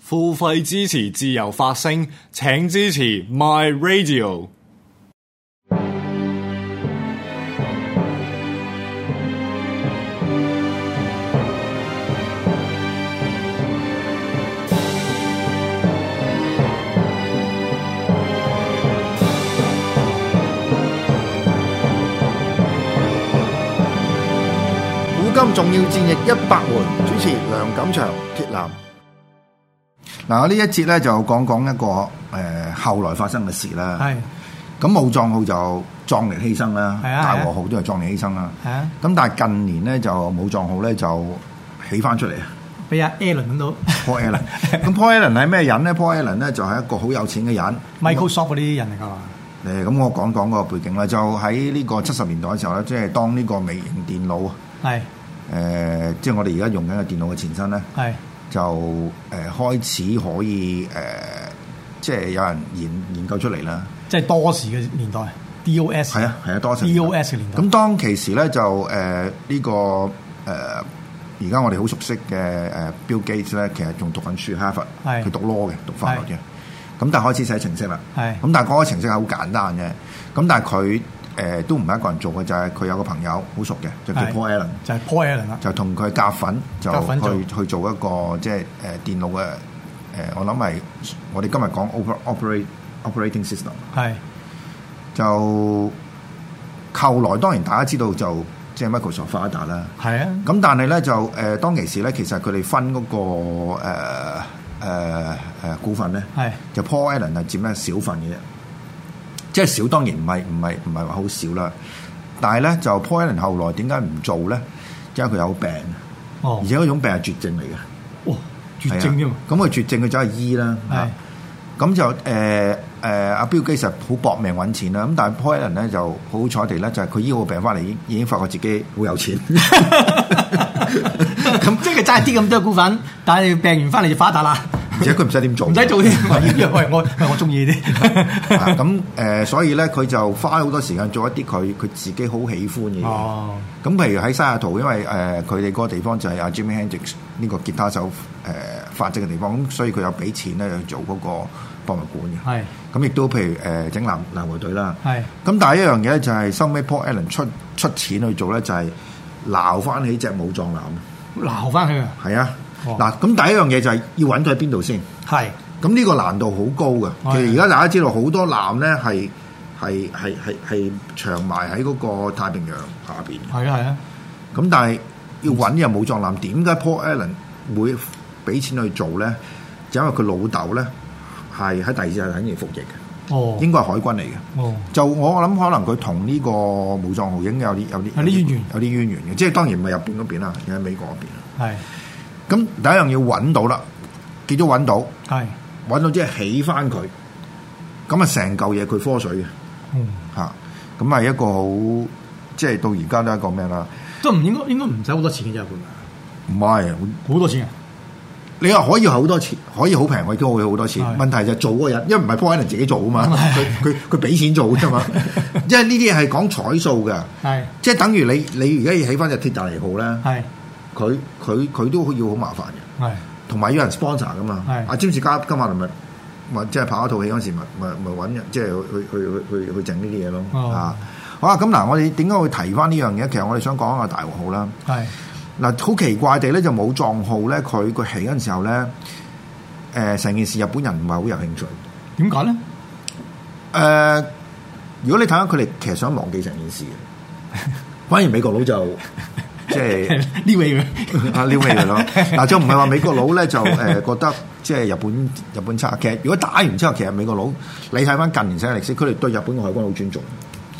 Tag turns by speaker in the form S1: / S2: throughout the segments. S1: 付費支持自由發聲，請支持 My Radio。
S2: 古今重要戰役一百回，主持梁錦祥、鐵男。嗱，我呢一節咧就講講一個誒、呃、後來發生嘅事啦。
S3: 係
S2: 咁武藏號就壯烈犧牲啦，
S3: 係啊
S2: 大
S3: 係啊
S2: 和號都係壯烈犧牲啦。
S3: 係啊，
S2: 咁但係近年咧就武藏號咧就起翻出嚟啊
S3: 俾阿 Alan 揾到
S2: ，Paul Allen。咁 Paul Allen 係咩人咧？Paul Allen 咧就係一個好有錢嘅人。
S3: Microsoft 嗰啲人嚟㗎嘛？
S2: 誒咁我講講個背景啦，就喺呢個七十年代嘅時候咧，即係當呢個微型電腦啊，
S3: 係
S2: 誒、即係我哋而家用緊嘅電腦嘅前身咧。
S3: 係
S2: 就誒、呃、開始可以誒、呃即係有人研研究出嚟啦。
S3: 即係多時嘅年代，DOS
S2: 係啊，係啊，多謝
S3: DOS E 嘅年代
S2: 咁當其時咧就呃誒呢、個誒而家我哋好熟悉嘅誒 Bill Gates 咧，其實仲讀緊書哈佛，
S3: 係
S2: 佢讀 law 嘅，讀法律嘅。咁但係開始寫程式啦。
S3: 係
S2: 咁但係嗰個程式係好簡單嘅。咁但係佢誒都唔係一個人做嘅，就係、佢有個朋友好熟嘅，就叫
S3: 係
S2: Paul Allen。
S3: 就係 Paul Allen 啦，
S2: 就同佢夾粉，就
S3: 夾粉做
S2: 去去做一個即係誒電腦嘅誒，我諗係我哋今日講 oper operate operating system。
S3: 係
S2: 就後來當然大家知道就即係 Microsoft 發達啦。
S3: 係啊，
S2: 咁但係咧就誒、呃、當其時咧，其實佢哋分嗰、個誒誒誒股份咧，
S3: 係
S2: 就 Paul Allen 係佔咧少份嘅啫，即係少當然唔係唔係唔係話好少啦。但係咧就 Paul Allen 後來點解唔做咧？因為佢有病。
S3: 哦
S2: 而，且嗰種病係絕症嚟嘅，
S3: 哇，絕症
S2: 係
S3: 添
S2: 啊
S3: 啊！
S2: 咁佢絕症佢走去醫啦，啊
S3: 係啊
S2: 咁就誒誒阿 Bill Gates 好搏命揾錢啦，咁但係 Paul Allen 咧就好彩地咧，就係佢醫好病翻嚟已經已經發覺自己好有錢， 咁
S3: 咁即係佢揸啲咁多股份，但係病完翻嚟就發達啦，
S2: 而且佢唔使點做，
S3: 唔使做添。 喂，我喂我中意呢
S2: 啊
S3: 啲。
S2: 咁誒，所以咧佢就花好多時間做一啲佢佢自己好喜歡嘅嘢。
S3: 哦，
S2: 咁譬如喺西雅圖，因為誒佢哋嗰個地方就係阿 Jimmy Hendrix 呢個吉他手誒、發跡嘅地方，咁所以佢有俾錢咧去做嗰個博物館嘅。
S3: 係
S2: 咁亦都譬如誒、整南南和隊啦。
S3: 係
S2: 咁但係一樣嘢咧，就係收尾 Paul Allen 出出錢去做咧，就係撈翻起只武藏男。
S3: 鬧翻佢啊，
S2: 係啊，
S3: 哦
S2: 嗱咁、第一樣嘢就係要揾佢喺邊度先。
S3: 係
S2: 咁呢個難度好高嘅。
S3: 哦係啊
S2: 其實而家大家知道好多艦咧係係係係係長埋喺嗰個太平洋下邊嘅。
S3: 係啊係啊，
S2: 咁但係要揾又武藏艦，點解 Paul Allen 會俾錢去做咧？就因為佢老豆咧係喺第二次世界大戰服役嘅，
S3: 哦
S2: 應該係海軍嚟嘅。
S3: 哦
S2: 就我諗，可能佢同呢個武藏號影有啲有啲
S3: 有啲淵源
S2: 有啲淵源嘅。即係當然唔係日本嗰邊啦，而係美國嗰邊啦。
S3: 係
S2: 咁第一樣要揾到啦，結咗揾到，
S3: 係
S2: 揾到即係起翻佢，咁啊成嚿嘢佢科水嘅
S3: 嗯。
S2: 嚇，咁啊係一個好即係到而家都係一個咩啦？
S3: 都唔應該應該唔使好多錢嘅啫，本來
S2: 唔係，
S3: 好多錢啊！
S2: 你話可以好多錢，可以好平，我亦都可以好多錢。
S3: 係
S2: 問題就係做嗰個人，因為唔係 Paul Allen 自己做啊嘛，佢佢佢俾錢做啫嘛， 即係呢啲係講彩數嘅。
S3: 係
S2: 即係等於你你而家要起翻隻鐵達尼號咧，
S3: 係
S2: 佢佢佢都要好麻煩嘅，
S3: 係
S2: 同埋要有人 sponsor 噶嘛。
S3: 係
S2: 阿詹士加今晚咪咪即係拍一套戲嗰陣時，咪咪咪揾人，即係去去去去去整呢啲嘢咯。
S3: 哦
S2: 啊，好啦，咁嗱，我哋點解會提翻呢樣嘢？其實我哋想講下大和號啦。
S3: 係
S2: 嗱，好奇怪地咧，就冇撞號咧，佢佢起嗰陣時候咧，誒、成件事日本人唔係好有興趣。誒、
S3: 點解咧？
S2: 如果你睇翻佢哋，其實想忘記成件事嘅， 反而美國佬就即係。
S3: 呢位嘅
S2: 啊撩尾嚟 咯。嗱，就唔係話美國佬咧就誒、呃、覺得即係日本日本差。其實如果打完之後，其實美國佬你睇翻近年世界歷史，佢哋對日本嘅海軍好尊重，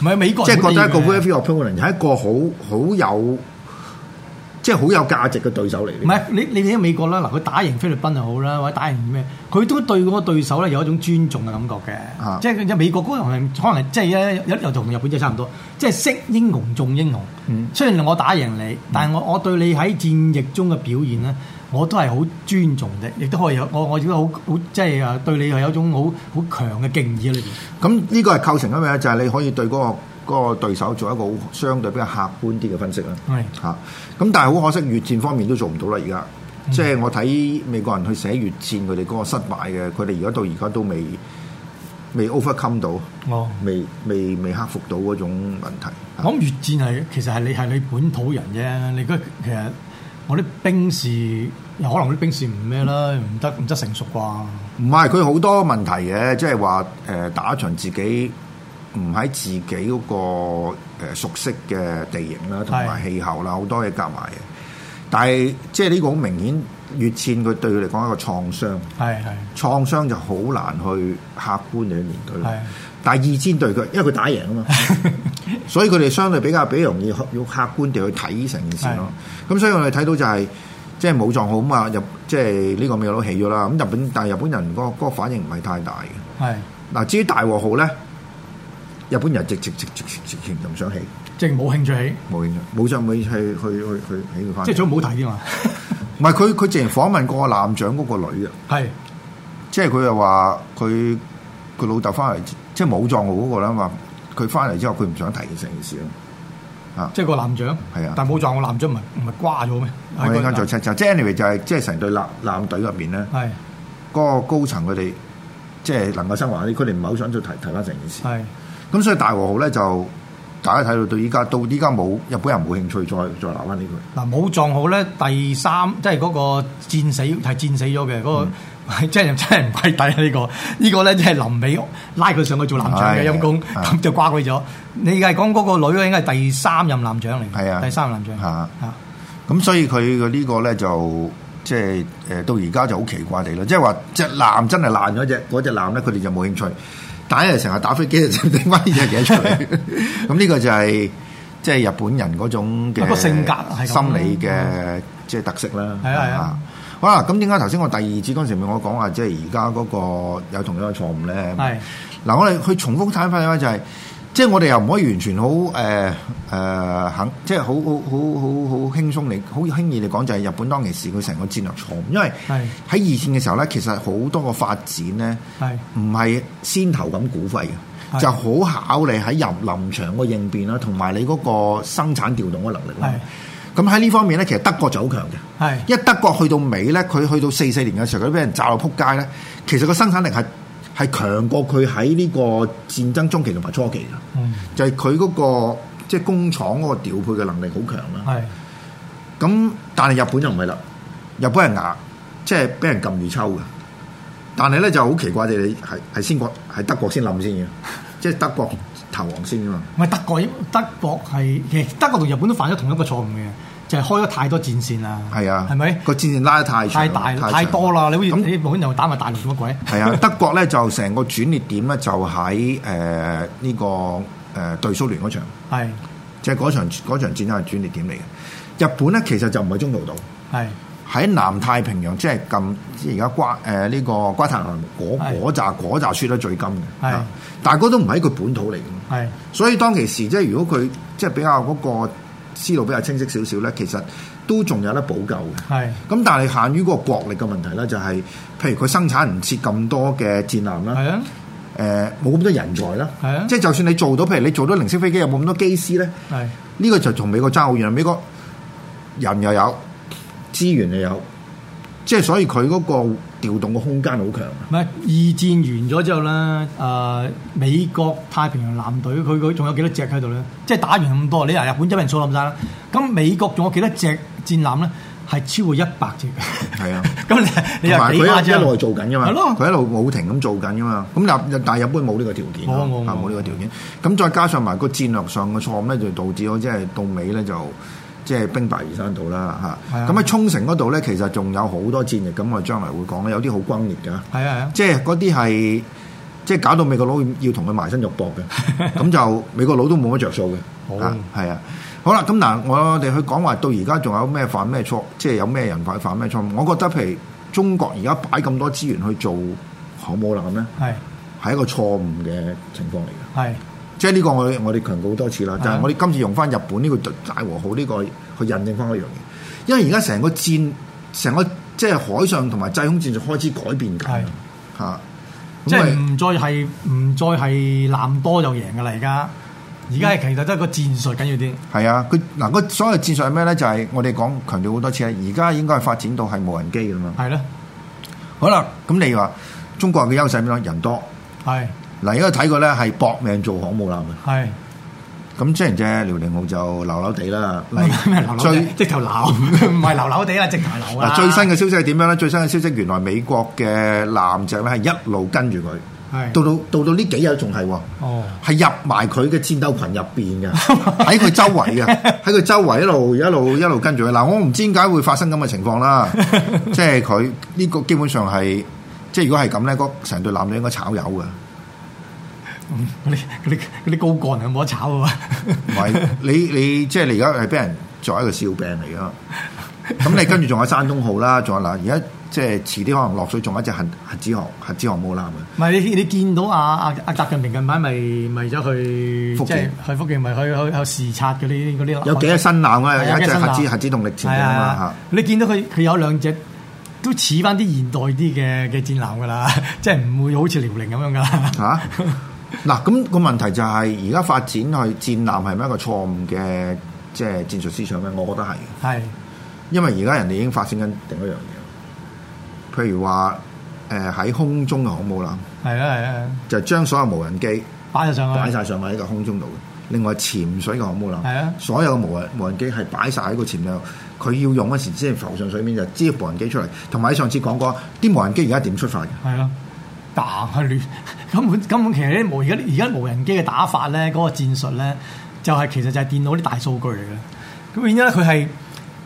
S3: 唔係美國
S2: 即
S3: 人
S2: 係覺得一個
S3: 哦好得意嘅
S2: wave of opponent 係一個好好有即係好有價值嘅對手嚟。
S3: 唔係你你睇美國啦，嗱佢打贏菲律賓又好啦，或者打贏咩，佢都對嗰個對手咧有一種尊重嘅感覺嘅，
S2: 啊
S3: 即係即美國嗰個人可能係即係咧有又同日本真係差唔多，即係識英雄重英雄。
S2: 嗯
S3: 雖然我打贏你，但係我我對你喺戰役中嘅表現咧，我都係好尊重嘅，亦都可以有我我亦都好好即係啊對你係有一種好好強嘅敬意喺裏邊。
S2: 咁呢個係構成因為就係你可以對嗰、個嗰個對手做一個好相對比較客觀啲嘅分析啦。
S3: 係
S2: 嚇，咁但係好可惜，越戰方面都做唔到啦。而家即係我睇美國人去寫越戰，佢哋嗰個失敗嘅，佢哋而家到而家都未未 overcome 到，
S3: 哦
S2: 未未未克服到嗰種問題。
S3: 我諗越戰係其實係你係你本土人啫，你嗰其實我啲兵士有可能我啲兵士唔咩啦，唔得唔得成熟啩？
S2: 唔係佢好多問題嘅，即係話誒打一場自己唔喺自己嗰、個、呃、熟悉嘅地形啦，同埋
S3: 係
S2: 氣候啦，好多嘢夾埋嘅。但係即係呢個好明顯，越戰佢對佢嚟講係一個創傷，
S3: 係係
S2: 創傷就好難去客觀地去面對啦
S3: 係。
S2: 但係二戰對佢，因為佢打贏啊 嘛，所以佢哋相對比較比較容易去要客觀地去睇成件事咯。咁所以我哋睇到就係、即係武藏好嘛，日即係呢個美國佬起咗啦。咁日本但係日本人嗰、個嗰個反應唔係太大嘅。
S3: 係，
S2: 嗱，至於大和號咧，日本人直直直直直直情就唔想起，
S3: 即係冇興趣起，
S2: 冇興趣，冇想去去去去去起佢翻。
S3: 即係最好唔好睇添啊嘛。
S2: 唔係佢佢直情訪問過艦長嗰個女嘅。啊
S3: 係
S2: 即係佢又話佢佢老豆翻嚟，即係武藏號嗰個啦嘛。佢翻嚟之後，佢唔想提成件事啊咯。
S3: 即係個艦長，
S2: 係啊
S3: 但冇撞我艦長唔係唔係瓜咗咩？
S2: 我一陣間再
S3: 係
S2: check 就即係 anyway 就係即係成隊艦艦隊入邊咧，
S3: 係
S2: 嗰個高層佢哋即係能夠生還嗰啲，佢哋唔係好想再提提翻成件事。
S3: 係
S2: 咁所以大和號咧就大家睇到到依家，到依家冇日本人冇興趣再再鬧翻呢句。
S3: 嗱，武藏號咧第三，即係嗰個戰死係戰死咗
S2: 嗯
S3: 嘅嗰個，係 真係真係唔係抵啊！呢個呢個咧，即係臨尾拉佢上去做艦長嘅
S2: 係
S3: 陰公，
S2: 係
S3: 咁就瓜佢咗。你係講嗰個女咧，應該係第三任艦長嚟嘅，
S2: 係啊
S3: 第三任艦長
S2: 嚇
S3: 啊
S2: 咁所以佢嘅呢個咧就即係誒到而家就好奇怪地啦，即係話隻艦真係爛咗只嗰只艦咧，佢哋就冇興趣，但係成日打飛機就整翻呢只嘢出 嚟。咁呢個就係、即係日本人嗰種
S3: 一個
S2: 嘅
S3: 性格係咁
S2: 心理嘅即係特色啦。
S3: 係啊係啊。
S2: 好啦，咁點解頭先我第二節嗰陣時咪我講話，即係而家嗰個有同樣嘅錯誤咧？
S3: 係
S2: 嗱，我哋去重複睇翻咧，就係即係我哋又唔可以完全好誒誒肯，即係好好好好好輕鬆嚟，好輕易嚟講就係日本當其時佢成個戰略錯誤，因為
S3: 係
S2: 喺二戰嘅時候咧，其實好多個發展咧
S3: 係
S2: 唔係先頭咁估費嘅，
S3: 係
S2: 就好考你喺入臨場個應變啦，同埋你嗰個生產調動嘅能力啦。咁喺呢方面咧，其實德國就好強嘅。
S3: 係
S2: 一德國去到尾咧，佢去到四四年嘅時候，佢俾人炸到撲街咧，其實個生產力係係強過佢喺呢個戰爭中期同埋初期嘅，
S3: 嗯
S2: 就係佢嗰個即係工廠嗰個調配嘅能力好強啦。
S3: 係
S2: 咁但係日本就唔係啦，日本人牙即係俾人撳住抽嘅，但係咧就好奇怪地，你係係先國係德國先冧先嘅，即係德國投降先㗎嘛。
S3: 唔係德國？德國係其實德國同日本都犯咗同一個錯誤嘅，就係開咗太多戰線啦。
S2: 係啊，
S3: 係咪
S2: 個戰線拉得太長
S3: 太
S2: 啦
S3: 大
S2: 長
S3: 太多啦？你好似
S2: 咁
S3: 你日本又打埋大陸做乜鬼？
S2: 係 啊，德國咧就成個轉捩點咧就喺誒呢個誒、呃、對蘇聯嗰場，
S3: 係
S2: 即係嗰場嗰場戰爭係轉捩點嚟嘅。日本咧其實就唔係中途島，
S3: 係
S2: 喺南太平洋即係近即係而家瓜誒呢個瓜太南嗰
S3: 係
S2: 嗰扎嗰扎輸得最金嘅，
S3: 係
S2: 啊但係嗰都唔係佢本土嚟嘅。
S3: 係
S2: 所以當其時即係如果佢即係比較嗰個思路比較清晰少少咧，其實都仲有得補救嘅。
S3: 係
S2: 咁但係限於嗰個國力嘅問題咧，就係、譬如佢生產唔切咁多嘅戰艦啦，
S3: 係啊！
S2: 誒呃冇咁多人才啦，
S3: 係啊
S2: 即係就算你做到，譬如你做到零式飛機，有冇咁多機師咧？
S3: 係
S2: 呢個就同美國爭好遠。美國人又有資源又有，即係所以佢嗰個調動嘅空間好強。啊
S3: 唔係二戰完咗之後咧，誒、美國太平洋艦隊佢佢仲有幾多隻喺度咧？即係打完咁多，你嗱日本一人數冧晒啦，咁美國仲有幾多隻戰艦咧？係超過一百隻。
S2: 係啊，
S3: 咁你你
S2: 同
S3: 又
S2: 埋
S3: 幾
S2: 佢
S3: 誇
S2: 一一
S3: 張？
S2: 路係做緊噶嘛
S3: 係，咯
S2: 佢一路冇停咁做緊噶嘛。咁但但日本冇呢個條件，
S3: 冇冇
S2: 啊
S3: 冇
S2: 冇呢個條件。咁再加上埋個戰略上嘅錯誤咧，就導致咗即係到尾咧就即係兵敗如山倒啦
S3: 係
S2: 嚇。
S3: 啊
S2: 咁喺沖繩嗰度咧，其實仲有好多戰役，咁我哋將來會講咧，有啲好轟烈㗎。
S3: 係啊係啊，
S2: 即係嗰啲係即係搞到美國佬要同佢埋身肉搏嘅，咁就美國佬都冇乜着數嘅，
S3: 好
S2: 啊係啊。好啦，咁嗱，我哋去講話到而家仲有咩犯咩錯，即係有咩人犯犯咩錯誤。我覺得譬如中國而家擺咁多資源去做航母艦咧，
S3: 係啊
S2: 係一個錯誤嘅情況嚟嘅。
S3: 係
S2: 即係呢個我哋我哋強調好多次啦，就係
S3: 嗯
S2: 我哋今次用翻日本呢個大和號呢個去印證翻嗰樣嘢，因為而家成個戰成個即係海上同埋制空戰就開始改變緊
S3: 係
S2: 嚇，
S3: 即係
S2: 咁咪
S3: 唔再係唔再係艦多就贏㗎啦，而家而
S2: 嗯
S3: 家係其實都係個戰術緊要啲，
S2: 係啊，佢嗱個所謂戰術係咩咧？就係我哋講強調好多次啦，啊而家應該係發展到係無人機咁樣。
S3: 係咯，
S2: 好啦，咁你話中國嘅優勢係邊咧？人多
S3: 係
S2: 嗱，應該睇過咧係搏命做航母艦嘅。
S3: 係
S2: 咁雖然隻遼寧號就流流地啦，
S3: 咩流流
S2: 最
S3: 地，直頭流，唔係流流地啦，直頭流啦。
S2: 嗱最新嘅消息係點樣咧？最新嘅消息原來美國嘅艦隻咧係一路跟住佢，
S3: 係
S2: 到到到到呢幾日仲係喎，
S3: 哦，
S2: 係入埋佢嘅戰鬥群入邊嘅，喺佢周圍嘅，喺佢周圍一路一路一路跟住佢。嗱，我唔知點解會發生咁嘅情況啦，即係佢呢個基本上係。即係如果係咁咧，嗰成隊艦隊應該炒魷嘅，唔
S3: 嗰啲嗰啲嗰啲高幹係冇得炒啊㗎嘛，
S2: 係你你即係你而家係俾人作為一個笑柄嚟噶。咁你跟住仲有山東號啦，仲有嗱，而家即係遲啲可能落水仲有一隻核核子航核子航母艦嘅。
S3: 唔係你你見到阿啊阿阿習近平近排咪咪咗去
S2: 福
S3: 即係
S2: 建
S3: 去福建咪去去去視察嗰啲嗰啲
S2: 有幾隻新艦啊？
S3: 係
S2: 有一
S3: 幾
S2: 隻
S3: 新
S2: 核
S3: 艦
S2: 子核子動力潛艇
S3: 係
S2: 啊嘛
S3: 啊，你見到佢佢有兩隻都似翻啲現代啲嘅嘅戰艦㗎啦， 即係唔會好似遼寧咁樣㗎啦。
S2: 嚇嚇。嗱，咁個問題就係而家發展去戰艦係咪一個錯誤嘅即係戰術思想咧？我覺得係，
S3: 係
S2: 因為而家人哋已經發展緊另一樣嘢，譬如話誒喺空中嘅航母艦，
S3: 係啦係啦，
S2: 就將所有無人機
S3: 擺咗上去。
S2: 擺晒上去喺個空中度嘅。另外潛水嘅航母艦，
S3: 係啊
S2: 所有嘅無人無人機係擺晒喺個潛艇度，佢要用嗰時先浮上水面就支無人機出嚟。同埋你上次講過，啲無人機而家點出發嘅？
S3: 係咯，打係亂， 根本根本其實啲無而家而家無人機嘅打法咧，嗰、個戰術咧，就係、其實就係電腦啲大數據嚟嘅。咁變咗咧，佢係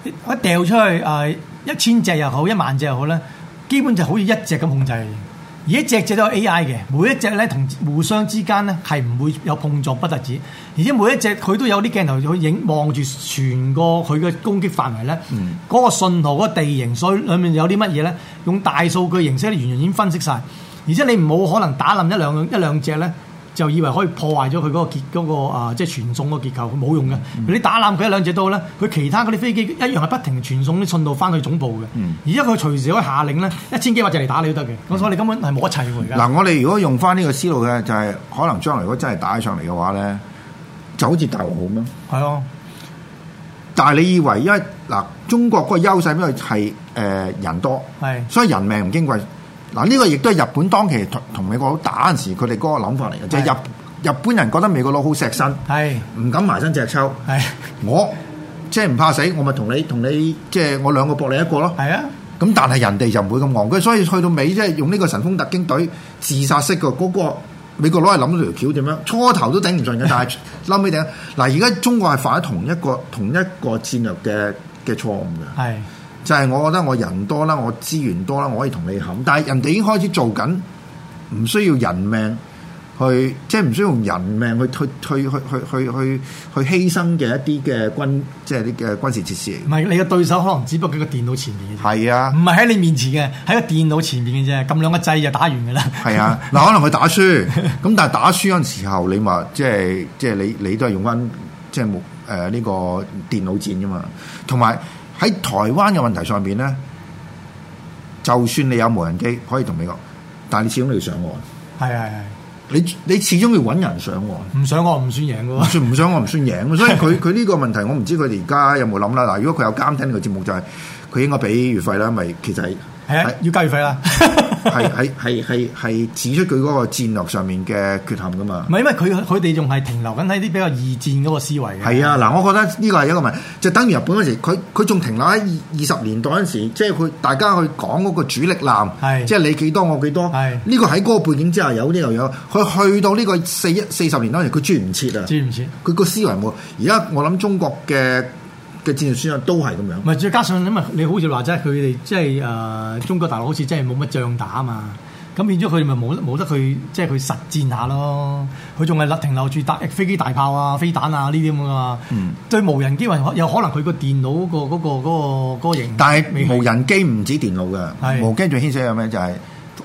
S3: 一掉出去誒、呃一千隻又好，一萬隻又好咧，基本就好似一隻咁控制。而一隻隻都有 AI 嘅，每一隻咧同互相之間咧係唔會有碰撞不特止，而且每一隻佢都有啲鏡頭去影望住全個佢嘅攻擊範圍咧，嗰、個信號、嗰個地形，所以裡面有啲乜嘢咧，用大數據形式咧，完全已經分析晒。而且你冇可能打冧一兩一兩隻咧，就以為可以破壞咗佢嗰個結嗰、個啊，即係傳送嗰個結構，佢冇用嘅。你打冧佢一兩隻都好咧，佢其他嗰啲飛機一樣係不停傳送啲信號翻去總部嘅。而家佢隨時可以下令咧，一千幾百隻嚟打你都得嘅。嗯咁所以你根本係冇得砌喎而家。
S2: 嗱，我哋如果用翻呢個思路嘅，就係、可能將來如果真係打起上嚟嘅話咧，就好似大和號咁樣。
S3: 係咯，
S2: 但係你以為因為嗱中國嗰個優勢因為係誒人多，
S3: 係
S2: 所以人命唔矜貴。嗱呢個亦都係日本當期同同美國佬打嗰陣時，佢哋嗰個諗法嚟嘅，即係
S3: 係
S2: 日日本人覺得美國佬好錫身，
S3: 係
S2: 唔敢埋身隻抽。
S3: 係
S2: 我即係唔怕死，我咪同你同你即係我兩個搏你一個咯。
S3: 係啊，
S2: 咁但係人哋就唔會咁戇居，所以去到尾即係用呢個神風特警隊自殺式嘅嗰、個美國佬係諗到條橋點樣，初頭都頂唔順嘅，但係嬲尾頂。嗱，而家中國係犯咗同一個同一個戰略嘅嘅錯誤嘅，
S3: 係
S2: 就係、我覺得我人多啦，我資源多啦，我可以同你冚，但係人哋已經開始做緊，唔需要人命。去即係唔需要用人命去去去去去去去去犧牲嘅一啲嘅軍即係啲嘅軍事設施
S3: 唔係你嘅對手可能只不過喺個電腦前面
S2: 嚟
S3: 嘅啫，
S2: 嘅。係啊
S3: 唔。係喺你面前嘅，喺個電腦前面嘅啫，撳兩個掣就打完㗎啦。
S2: 係啊，嗱，可能佢打輸，咁但係打輸嗰陣時候，你咪即係即係你你都係用翻即係冇誒呢個電腦戰啫嘛。同埋喺台灣嘅問題上邊咧，就算你有無人機可以同美國，但係你始終都要上岸，
S3: 係係係，
S2: 你你始終要揾人上岸。
S3: 唔想我唔算贏㗎
S2: 唔
S3: 喎。
S2: 算唔想我唔算贏，所以佢佢呢個問題我唔知佢哋而家有冇諗啦。嗱，如果佢有監聽呢個節目就係、佢應該俾月費啦，咪其實係
S3: 係啊
S2: 係，
S3: 要交月費啦。
S2: 係係係係係指出佢嗰個戰略上面嘅缺陷噶嘛
S3: 唔。係因為佢佢哋仲係停留緊喺啲比較二戰嗰個思維嘅。
S2: 係啊，嗱，我覺得呢個係一個問題，就等於日本嗰時，佢佢仲停留喺二二十年代嗰陣時，即係佢大家去講嗰個主力艦，
S3: 係
S2: 即係你幾多我幾多，
S3: 係
S2: 呢個喺嗰個背景之下有呢樣嘢。佢去到呢個四一四十年代嗰陣時，佢轉唔切啊，
S3: 知唔知？
S2: 佢個思維冇。而家我諗中國嘅嘅戰術思想都係咁樣。
S3: 唔係，呃再加上因為你好似話齋，佢哋即係誒中國大陸好似真係冇乜仗打啊嘛。咁變咗佢哋咪冇得冇得去即係去實戰下咯。佢仲係停留住大飛機大炮啊、飛彈啊呢啲咁噶嘛。
S2: 嗯
S3: 對無人機運可有可能佢個電腦嗰、個嗰、個嗰、個嗰個型，
S2: 但係無人機唔止電腦㗎，
S3: 係
S2: 無人機最牽涉有咩就係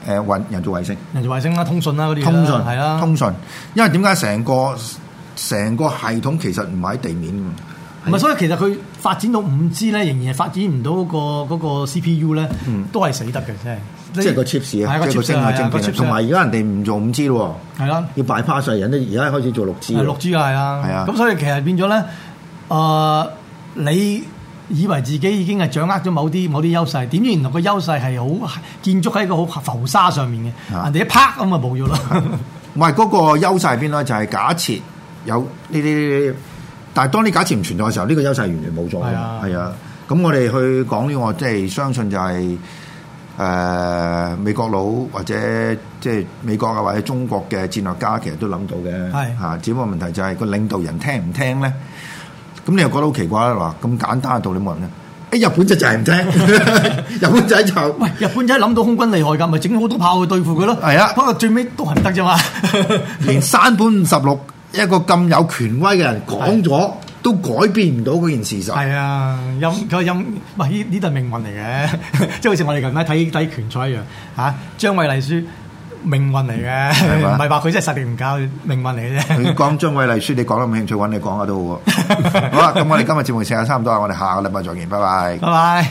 S2: 誒運人造衛星。
S3: 人造衛星啦、啊通訊啦嗰啲啦
S2: 通訊
S3: 係啦，
S2: 通訊，因為點解成個成個系統其實唔係喺啊地面㗎嘛
S3: 唔係，所以其實佢發展到五 G 咧，仍然係發展唔到嗰個嗰個 CPU 咧，都係死得嘅，真係。
S2: 嗯即係個 chips 啊，
S3: 係
S2: 即係
S3: 個
S2: 個
S3: chip
S2: 晶啊晶
S3: 啊，個
S2: 片啊
S3: chip
S2: 同埋而家人哋唔做五 G 咯
S3: 係啦，
S2: 喎，要擺 pass 人咧，而家開始做六 G
S3: 係六 G 啊，係啊，
S2: 係啊
S3: 咁所以其實變咗咧，誒、你以為自己已經係掌握咗某啲某啲優勢，點知原來個優勢係好建築喺一個好浮沙上面
S2: 啊
S3: 嘅，人哋一啪咁啊冇咗 啦。
S2: 唔係嗰個優勢喺邊咧？就係、假設有呢啲，但係當呢假設唔存在嘅時候，呢、個優勢完全冇咗㗎
S3: 係啊
S2: 係啊，咁我哋去講呢、個，即係相信就係、誒、美國佬或者即係美國啊或者中國嘅戰略家其實都諗到嘅，
S3: 係
S2: 啊只不過問題就係、個領導人聽唔聽咧？咁你又覺得好奇怪啦，嗱咁簡單嘅道理冇人 咧。誒日本仔就係唔聽，日本仔就
S3: 喂，日本仔諗到空軍厲害㗎，咪整好多炮去對付佢咯。
S2: 係啊
S3: 不過最尾都係唔得啫嘛。
S2: 連山本五十六一個咁有權威嘅人講咗，都改變唔到嗰件事實。
S3: 係啊，音佢音唔係呢呢都係命運嚟嘅， 即係好似我哋近排睇睇拳賽一樣嚇、啊張偉麗輸命運嚟嘅，
S2: 咪
S3: 唔係話佢真係實力唔夠，命運嚟嘅 啫。
S2: 佢講張偉麗書，你講得咁興趣，揾你講下都好喎。好啦，咁我哋今日節目時間差唔多啦，我哋下個禮拜再見，拜拜。
S3: 拜拜。